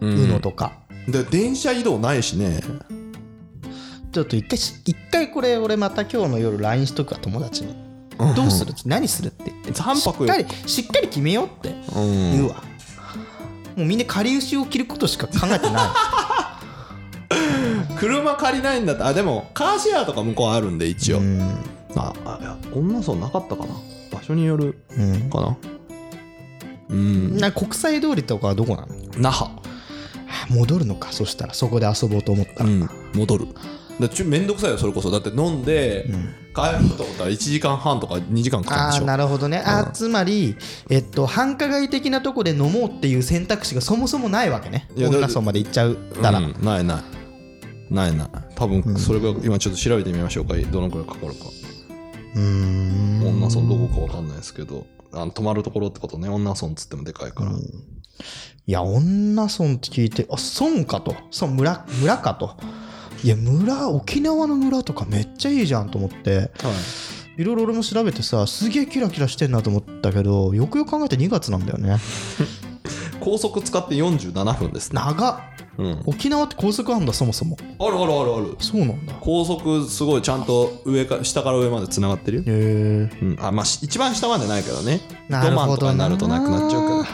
Speaker 2: う
Speaker 1: UNO とか
Speaker 2: で電車移動ないしね
Speaker 1: ちょっと一回し一回これ俺また今日の夜 LINE しとくわ友達にどうする何するって
Speaker 2: 3
Speaker 1: し
Speaker 2: 泊
Speaker 1: っかりしっかり決めようって
Speaker 2: うん
Speaker 1: 言うわもうみんな仮牛を着ることしか考えてない
Speaker 2: 車借りないんだったあでもカーシェアとか向こうあるんで
Speaker 1: (laughs)
Speaker 2: 一応、
Speaker 1: うん
Speaker 2: ああいや女層なかったかな場所による
Speaker 1: うん
Speaker 2: かなうん
Speaker 1: な国際通りとかはどこなの
Speaker 2: 那覇
Speaker 1: あ戻るのかそしたらそこで遊ぼうと思ったら、
Speaker 2: うん、戻るだちゅめんどくさいよそれこそだって飲んで、帰ろうと思ったら1時間半とか2時間かかる
Speaker 1: あ
Speaker 2: でし
Speaker 1: あ
Speaker 2: ょ
Speaker 1: なるほどね、あーつまり、えっと、繁華街的なとこで飲もうっていう選択肢がそもそもないわけね
Speaker 2: いやだ
Speaker 1: 女層まで行っちゃうたら、
Speaker 2: うんないないないない多分それが今ちょっと調べてみましょうかどのくらいかかるか
Speaker 1: うん
Speaker 2: 女村どこかわかんないですけどあの泊まるところってことね女村っつってもでかいから、
Speaker 1: いや女村って聞いてあ村かとそう村村かといや村沖縄の村とかめっちゃいいじゃんと思っていろいろ俺も調べてさすげえキラキラしてんなと思ったけどよくよく考えて2月なんだよね
Speaker 2: 高速使って47分ですね、
Speaker 1: 長っ
Speaker 2: うん、ある
Speaker 1: 沖縄って高速あんだそもそも
Speaker 2: あるあるある
Speaker 1: そうなんだへ
Speaker 2: 高速すごいちゃんと上か下から上までつながってるよ、
Speaker 1: え
Speaker 2: うん、あまあし一番下までないけどねドマンとかになるとなくなっちゃう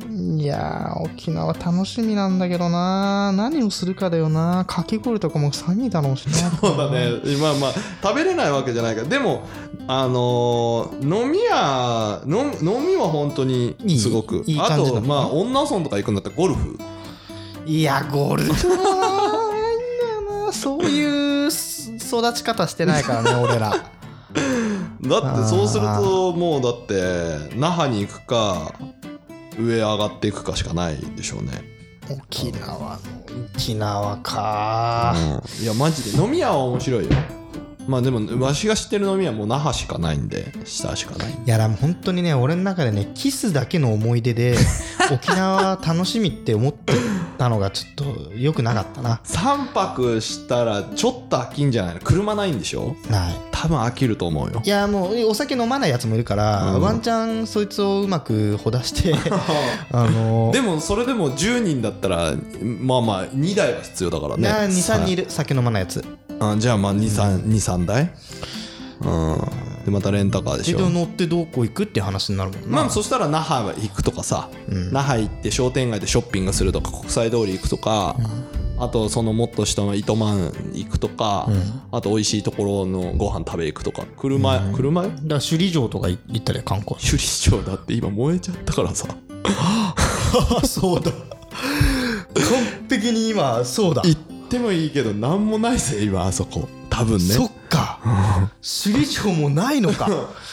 Speaker 2: けど
Speaker 1: いやー沖縄楽しみなんだけどな何をするかだよなかき氷とかも寒いだろうしな
Speaker 2: そうだね今まあ食べれないわけじゃないからでもあのー飲み屋飲飲みは本当にすごく
Speaker 1: いいいい感じな
Speaker 2: あ
Speaker 1: の
Speaker 2: とまあ女村とか行くんだったらゴルフ
Speaker 1: いやゴルフはないんだよなそういうす育ち方してない
Speaker 2: (laughs)
Speaker 1: からね俺ら
Speaker 2: だってそうするともうだって那覇に行くか上上がっていくかしかないでしょうね、
Speaker 1: 沖縄の沖縄か
Speaker 2: うんいやマジで飲み屋は面白いよまあでもわしが知ってる飲み屋はもう那覇しかないんで下しかない
Speaker 1: いやでも本当にね俺の中でねキスだけの思い出で
Speaker 2: (laughs)
Speaker 1: 沖縄楽しみって思ってたのがちょっと良くなかったな
Speaker 2: 3泊したらちょっと飽きんじゃないの車ないんでしょ
Speaker 1: ない
Speaker 2: 多分飽きると思うよ
Speaker 1: いやもうお酒飲まないやつもいるから、
Speaker 2: うん
Speaker 1: ワンチャンそいつをうまくほだして (laughs) あの
Speaker 2: でもそれでも10人だったらまあまあ2台は必要だからね
Speaker 1: 23人いる酒飲まないやつ
Speaker 2: あじゃあまあ23台うんでまたレンタカーでし
Speaker 1: 自
Speaker 2: ょ
Speaker 1: 分乗ってどこ行くって話になるもんな、
Speaker 2: まあそしたら那覇行くとかさ、那覇行って商店街でショッピングするとか国際通り行くとか、あとそのもっと下の糸満行くとか、あと美味しいところのご飯食べ行くとか車、車よ
Speaker 1: だから首里城とか行ったり観光
Speaker 2: 首里城だって今燃えちゃったからさ
Speaker 1: あそうだ完璧に今そうだ、
Speaker 2: 行ってもいいけど何もないぜ今あそこ多分ね
Speaker 1: そっか首里城もないのか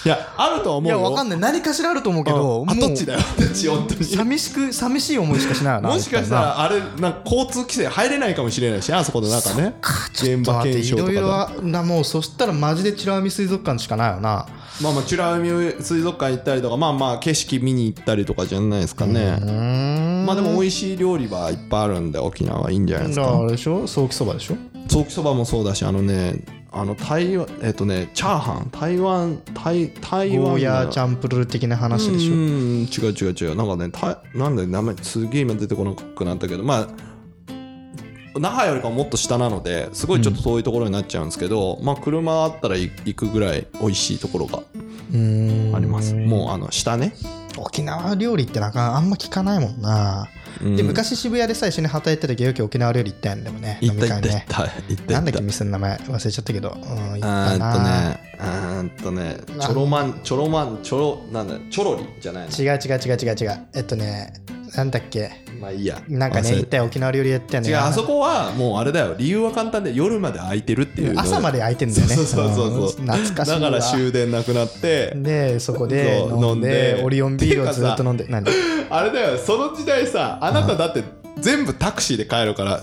Speaker 2: いやあるとは
Speaker 1: (laughs)
Speaker 2: 思
Speaker 1: いうや
Speaker 2: よ
Speaker 1: わかんない何かしらあると思うけど
Speaker 2: あ
Speaker 1: もう
Speaker 2: 跡地だよ跡地 (laughs) 本当に
Speaker 1: 寂しく寂しい思いしかしないよな
Speaker 2: もしかしたらあれなんか交通規制入れないかもしれないしあそこの中ね現場検証とか
Speaker 1: い
Speaker 2: で
Speaker 1: ろいろあなもうそしたらマジで美ら海水族館しかないよな
Speaker 2: まあまあ美ら海水族館行ったりとかまあまあ景色見に行ったりとかじゃないですかねまあでも美味しい料理はいっぱいあるんで沖縄いいんじゃないです
Speaker 1: だから
Speaker 2: か
Speaker 1: あれでしょ早期そばでしょ
Speaker 2: ソーキそばもそうだしあのねあの台湾えっとねチャーハン台湾台台湾
Speaker 1: ゴーヤー
Speaker 2: の
Speaker 1: チャンプルー的な話でし
Speaker 2: う
Speaker 1: ょ
Speaker 2: ん違う違う違うなんかねたなんだ名前すげえ今出てこなくなったけどまあ那覇よりかもっと下なのですごいちょっと遠いところになっちゃうんですけど、まあ車あったらい行くぐらい美味しいところが
Speaker 1: うん
Speaker 2: ありますもうあの下ね、
Speaker 1: 沖縄料理ってなんかあんま聞かないもんな、
Speaker 2: うん
Speaker 1: で昔渋谷でさ一緒に働いてた時よく沖縄料理行ったんだよね
Speaker 2: 行った行
Speaker 1: 飲
Speaker 2: っ
Speaker 1: み
Speaker 2: た
Speaker 1: 会
Speaker 2: 行っ
Speaker 1: ね
Speaker 2: た行った
Speaker 1: なんだ
Speaker 2: 行っ
Speaker 1: っけ
Speaker 2: た
Speaker 1: 店の名前忘れちゃったけど、うん、行ったな
Speaker 2: あーんとねあーんとねちょろまんちょろまんちょろなんだちょろりじゃない
Speaker 1: 違う違う違う違う違うえっとねなんだっけ
Speaker 2: のまあいいや
Speaker 1: なんか
Speaker 2: 忘
Speaker 1: ね
Speaker 2: れ
Speaker 1: 一体沖縄料理やってたんだ
Speaker 2: 違う
Speaker 1: よ
Speaker 2: あそこはもうあれだよ理由は簡単で夜まで空いてるっていうの
Speaker 1: 朝まで空いてんだよね
Speaker 2: そうそうそうそう、
Speaker 1: ん懐かしいわ
Speaker 2: だから終電なくなって
Speaker 1: でそこで
Speaker 2: そう
Speaker 1: 飲んで
Speaker 2: 飲んで
Speaker 1: オリオンビールをずっと飲んで何
Speaker 2: あれだよその時代さあなただって全部タクシーで帰るから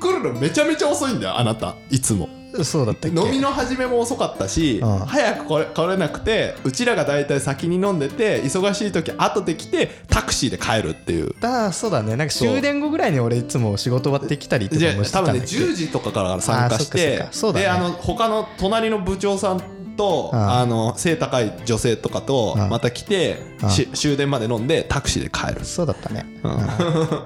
Speaker 2: 来るのめちゃめちゃ遅いんだよあなたいつも
Speaker 1: (laughs) そうだったっけ
Speaker 2: 飲みの始めも遅かったし、
Speaker 1: うん
Speaker 2: 早く来れ来れなくてうちらが大体先に飲んでて忙しい時後で来てタクシーで帰るっていう
Speaker 1: だそうだねなんか
Speaker 2: そう
Speaker 1: 終電後ぐらいに俺いつも仕事終わってきたりと
Speaker 2: じ
Speaker 1: か
Speaker 2: ゃあ
Speaker 1: もして
Speaker 2: 多
Speaker 1: たんだ
Speaker 2: 分
Speaker 1: け
Speaker 2: ね
Speaker 1: ど
Speaker 2: 10時とかから参
Speaker 1: あーそっか
Speaker 2: 加し
Speaker 1: そ
Speaker 2: て
Speaker 1: っかそうだね
Speaker 2: であの他の隣の部長さんと
Speaker 1: うん
Speaker 2: あの背高い女性とかと
Speaker 1: うん
Speaker 2: また来て
Speaker 1: うん
Speaker 2: し終電まで飲んでタクシーで帰る
Speaker 1: そうだったね、
Speaker 2: うん
Speaker 1: うん懐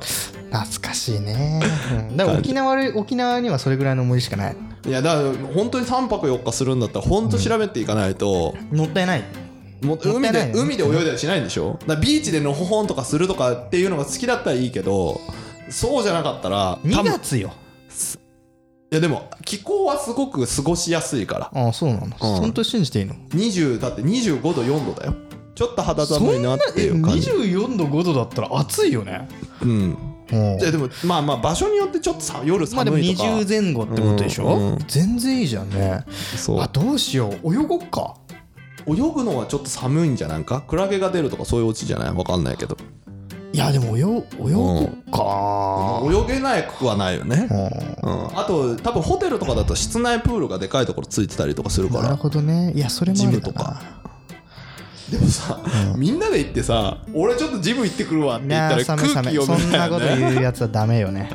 Speaker 1: かしいね、うん、だから沖縄沖縄にはそれぐらいの思い出しかない
Speaker 2: いやだから本当に3泊4日するんだったら本当調べていかないと、
Speaker 1: もったいない
Speaker 2: もう
Speaker 1: もった
Speaker 2: 海
Speaker 1: いない
Speaker 2: で
Speaker 1: よね
Speaker 2: 海で泳いだりしないんでしょだからビーチでのほほんとかするとかっていうのが好きだったらいいけどそうじゃなかったら多
Speaker 1: 2
Speaker 2: 分い
Speaker 1: 月よ
Speaker 2: やでも気候はすごく過ごしやすいから
Speaker 1: ああそうなの、本当に信じていいの
Speaker 2: 20だって25度4度だよちょっと肌
Speaker 1: そ
Speaker 2: 寒い
Speaker 1: んな
Speaker 2: なってい
Speaker 1: え
Speaker 2: う感じ
Speaker 1: 24度5度だったら暑いよね
Speaker 2: うん
Speaker 1: うん
Speaker 2: いやでもまあまあ場所によってちょっとさ夜
Speaker 1: まあでも
Speaker 2: 寒いとか、
Speaker 1: 20前後ってことでしょ、
Speaker 2: うんうん
Speaker 1: 全然いいじゃんね
Speaker 2: そう
Speaker 1: あどうしよう泳ごっか
Speaker 2: 泳ぐのはちょっと寒いんじゃないかクラゲが出るとかそういうオチじゃないわかんないけど
Speaker 1: いやでも泳泳ごっか、
Speaker 2: 泳げなくはないよね
Speaker 1: うん
Speaker 2: うん、あと多分ホテルとかだと室内プールがでかいところついてたりとかするか
Speaker 1: なる
Speaker 2: ら
Speaker 1: ほどねいやそれもありだな
Speaker 2: ジムとかでもさ、みんなで行ってさ俺ちょっとジム行ってくるわって言った
Speaker 1: な
Speaker 2: ら
Speaker 1: あサメ
Speaker 2: 空気
Speaker 1: サメ
Speaker 2: 読
Speaker 1: そ
Speaker 2: め
Speaker 1: ん
Speaker 2: な
Speaker 1: ないこ
Speaker 2: よ
Speaker 1: と
Speaker 2: ね
Speaker 1: 言うやつはダメよ
Speaker 2: (laughs)
Speaker 1: ね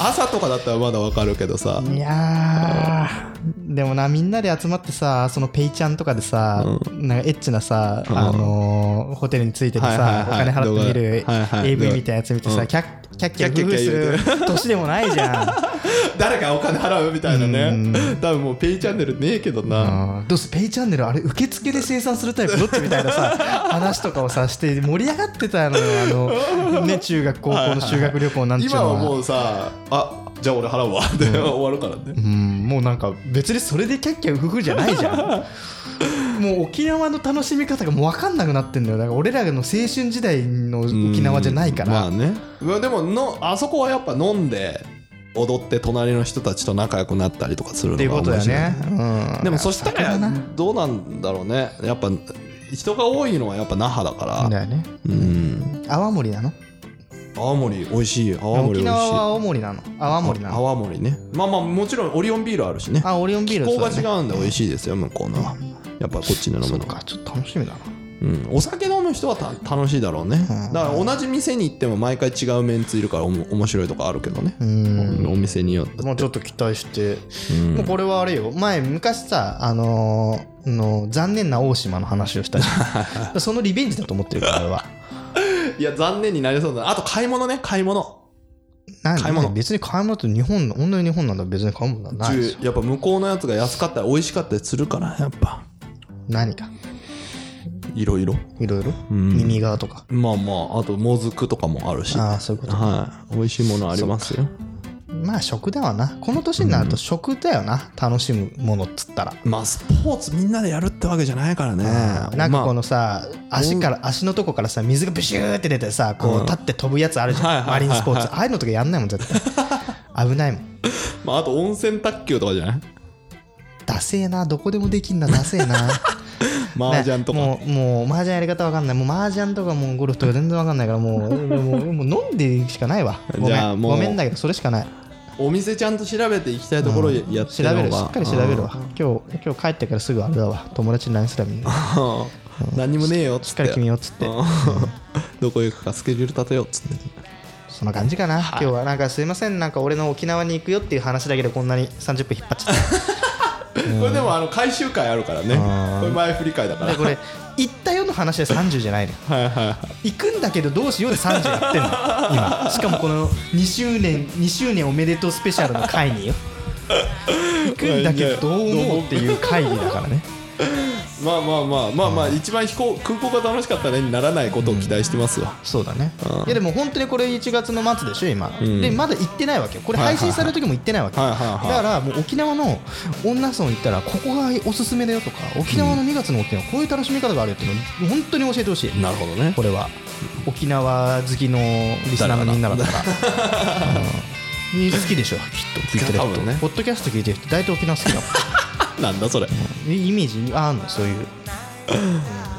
Speaker 2: 朝とかだったらまだわかるけどさ
Speaker 1: いやーでもなみんなで集まってさそのペイちゃんとかでさ、なんかエッチなさ、
Speaker 2: ん
Speaker 1: あのーホテルについててさ、
Speaker 2: はいはいはい
Speaker 1: お金払って見る
Speaker 2: 動画はいはい
Speaker 1: AV みたいなやつ見てさ、
Speaker 2: うん
Speaker 1: キャッキャッキャッキャッキャ
Speaker 2: キャッキャッ
Speaker 1: する年でもないじゃ
Speaker 2: 誰かお金払うみたいな
Speaker 1: う
Speaker 2: ね多分もうペイチャンネルねえけどな、
Speaker 1: ん、うん、どうすペイチャンネルあれ受付で生産するタイプどっちみたいな (laughs) さ話とかをさして盛り上がってたのよあ (laughs) の、ね、中学高校の修学旅行なんていうの
Speaker 2: 今
Speaker 1: は
Speaker 2: はもうさあじゃあ俺払うわで、終わるからね
Speaker 1: うんもうなんか別にそれでキャッキャウフフじゃないじ (laughs) ゃんもう沖縄の楽しみ方がもう分かんなくなってんだよだから俺らの青春時代の沖縄じゃないから、
Speaker 2: うんまあねまあでものあそこはやっぱ飲んで踊って隣の人たちと仲良くなったりとかするの
Speaker 1: っていう
Speaker 2: が
Speaker 1: こと
Speaker 2: 面
Speaker 1: だよ
Speaker 2: 白い
Speaker 1: ね、うん、
Speaker 2: でもそしたら
Speaker 1: 魚
Speaker 2: どうなんだろうねやっぱ人が多いのはやっぱ那覇だから、
Speaker 1: なだよね
Speaker 2: うん
Speaker 1: 泡盛なの
Speaker 2: 泡盛美味しい泡盛
Speaker 1: 沖
Speaker 2: 美味しい
Speaker 1: 縄は青森なの泡盛なの
Speaker 2: 泡盛ねまあまあもちろんオリオンビールあるしね
Speaker 1: あオリオンビール
Speaker 2: 気候が
Speaker 1: そうだね
Speaker 2: 違うんで美味しいですよ向こうのはやっぱこっちで飲む
Speaker 1: そ
Speaker 2: の
Speaker 1: っかちょっと楽しみだな
Speaker 2: うん、お酒飲む人はた楽しいだろうね
Speaker 1: うん
Speaker 2: だから同じ店に行っても毎回違うメンツいるからおも面白いとかあるけどね
Speaker 1: う、ん
Speaker 2: お店によって
Speaker 1: もうちょっと期待して、
Speaker 2: うん
Speaker 1: もうこれはあれよ前昔さあのーの残念な大島の話をしたじゃ
Speaker 2: (laughs)
Speaker 1: んそのリベンジだと思ってるから俺はい
Speaker 2: や残念になりそうだなあと買い物ね買い物
Speaker 1: なん
Speaker 2: 買い物
Speaker 1: 別に買い物って日本の女に日本なんだ別に買い物なんだないでしょ
Speaker 2: やっぱ向こうのやつが安かったり美味しかったりするからやっぱ
Speaker 1: 何か
Speaker 2: いろいろ
Speaker 1: いろいろ
Speaker 2: うん
Speaker 1: 耳側とか
Speaker 2: まあまああともずくとかもあるし
Speaker 1: ああそういうこと
Speaker 2: はい美味しいものありますよ
Speaker 1: まあ食だわなこの年になると食だよな楽しむものっつったら
Speaker 2: まあスポーツみんなでやるってわけじゃないからね
Speaker 1: なんかこ
Speaker 2: ま
Speaker 1: のさ足から足のとこからさ水がビシューって出てさこう立って飛ぶやつあるじ
Speaker 2: はい
Speaker 1: ゃん
Speaker 2: は
Speaker 1: マ
Speaker 2: いはいはい
Speaker 1: リンスポーツああいうのとかやんないもん絶
Speaker 2: (laughs)
Speaker 1: 対危ないもん
Speaker 2: あまあ、あと温泉卓球とかじゃない
Speaker 1: ダセえなどこでもできんなダセえ
Speaker 2: (laughs)
Speaker 1: な
Speaker 2: 麻雀とか、
Speaker 1: ねもうもう麻雀やり方わかんないもう麻雀とかもうゴルフとか全然わかんないからもう
Speaker 2: (laughs)
Speaker 1: もうもう飲んでいくしかないわご
Speaker 2: じ
Speaker 1: め
Speaker 2: ゃあ
Speaker 1: ん
Speaker 2: もう
Speaker 1: ごめんだけどそれしかない
Speaker 2: お店ちゃんと調べていきたいところやってるのが
Speaker 1: 調べるしっかり調べるわ今日今日帰ってからすぐあれだわ友達に LINE すらみんな
Speaker 2: うんうん何もねえよっ
Speaker 1: しっ
Speaker 2: つっ
Speaker 1: か
Speaker 2: て
Speaker 1: り決めようっつって
Speaker 2: うんどこ行くかスケジュール立てようっつって
Speaker 1: そんな感じかな今日はなんかすいませんなんか俺の沖縄に行くよっていう話だけでこんなに30分引っ張っちゃっ
Speaker 2: これでもあの回収会あるからね
Speaker 1: あー
Speaker 2: これ前振り会だ (laughs) か
Speaker 1: た
Speaker 2: ら
Speaker 1: でこれ行ったよの話で30じゃないのよ
Speaker 2: はいはいはい
Speaker 1: 行くんだけどどうしようで30やってんの今しかもこの2周年2周年おめでとうスペシャルの会によ行くんだけどどう思うっていう会議だからね
Speaker 2: まあまあまあまあまあ一番飛行空港が楽しかったねにならないことを期待してますわ、
Speaker 1: そうだねいやでも本当にこれ1月の末でしょ今、
Speaker 2: ん
Speaker 1: でまだ行ってないわけよこれ配信される時も行ってないわけ、
Speaker 2: はいはいはい
Speaker 1: だからもう沖縄の女村行ったらここがおすすめだよとか沖縄の2月の沖縄こういう楽しみ方があるよっていうのを本当に教えてほしい
Speaker 2: なるほどね
Speaker 1: これは沖縄好きのリスナーのみんなだからうん好きでしょきっと聞いてる
Speaker 2: 多
Speaker 1: 人、
Speaker 2: 分ね
Speaker 1: ポッドキャスト聞いてる人大体沖縄好きだ
Speaker 2: (laughs)
Speaker 1: も
Speaker 2: なんだそれ、
Speaker 1: んイメージあんのそういう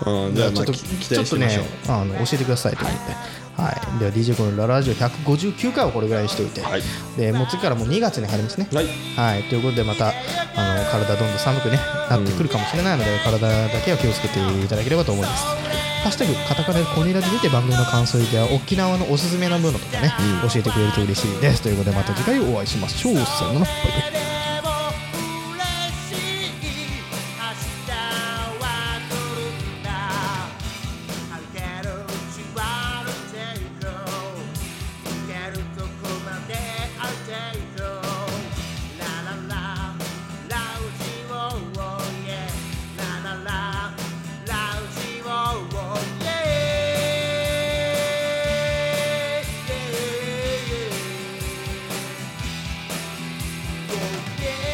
Speaker 2: うん、じゃあま
Speaker 1: ちょっ
Speaker 2: あ
Speaker 1: と
Speaker 2: き期
Speaker 1: ちょ
Speaker 2: 待
Speaker 1: っ
Speaker 2: し
Speaker 1: と
Speaker 2: てみまし
Speaker 1: ね
Speaker 2: ょう
Speaker 1: あの教えてくださいと思って、はい、では DJ このララジオ159回をこれぐらいにしておいて、
Speaker 2: はい
Speaker 1: でもう次からもう2月に入りますね。
Speaker 2: はい
Speaker 1: はい、ということでまたあの体どんどん寒く、ね、なってくるかもしれないので、体だけは気をつけていただければと思います。ハッシュタグカタカナでコネラジにて番組の感想や沖縄のおすすめのものとかね、教えてくれると嬉しいですということでまた次回お会いしましょうさよならバイバイ
Speaker 5: 「でも嬉しい」「明日は来るんだ」「歩けるうちは歩いていこう」「行けるとこまで歩いていこう」「ララララウジオーイエ」「ララララウジオーイエ」「イエイエイエイ」「Yeah.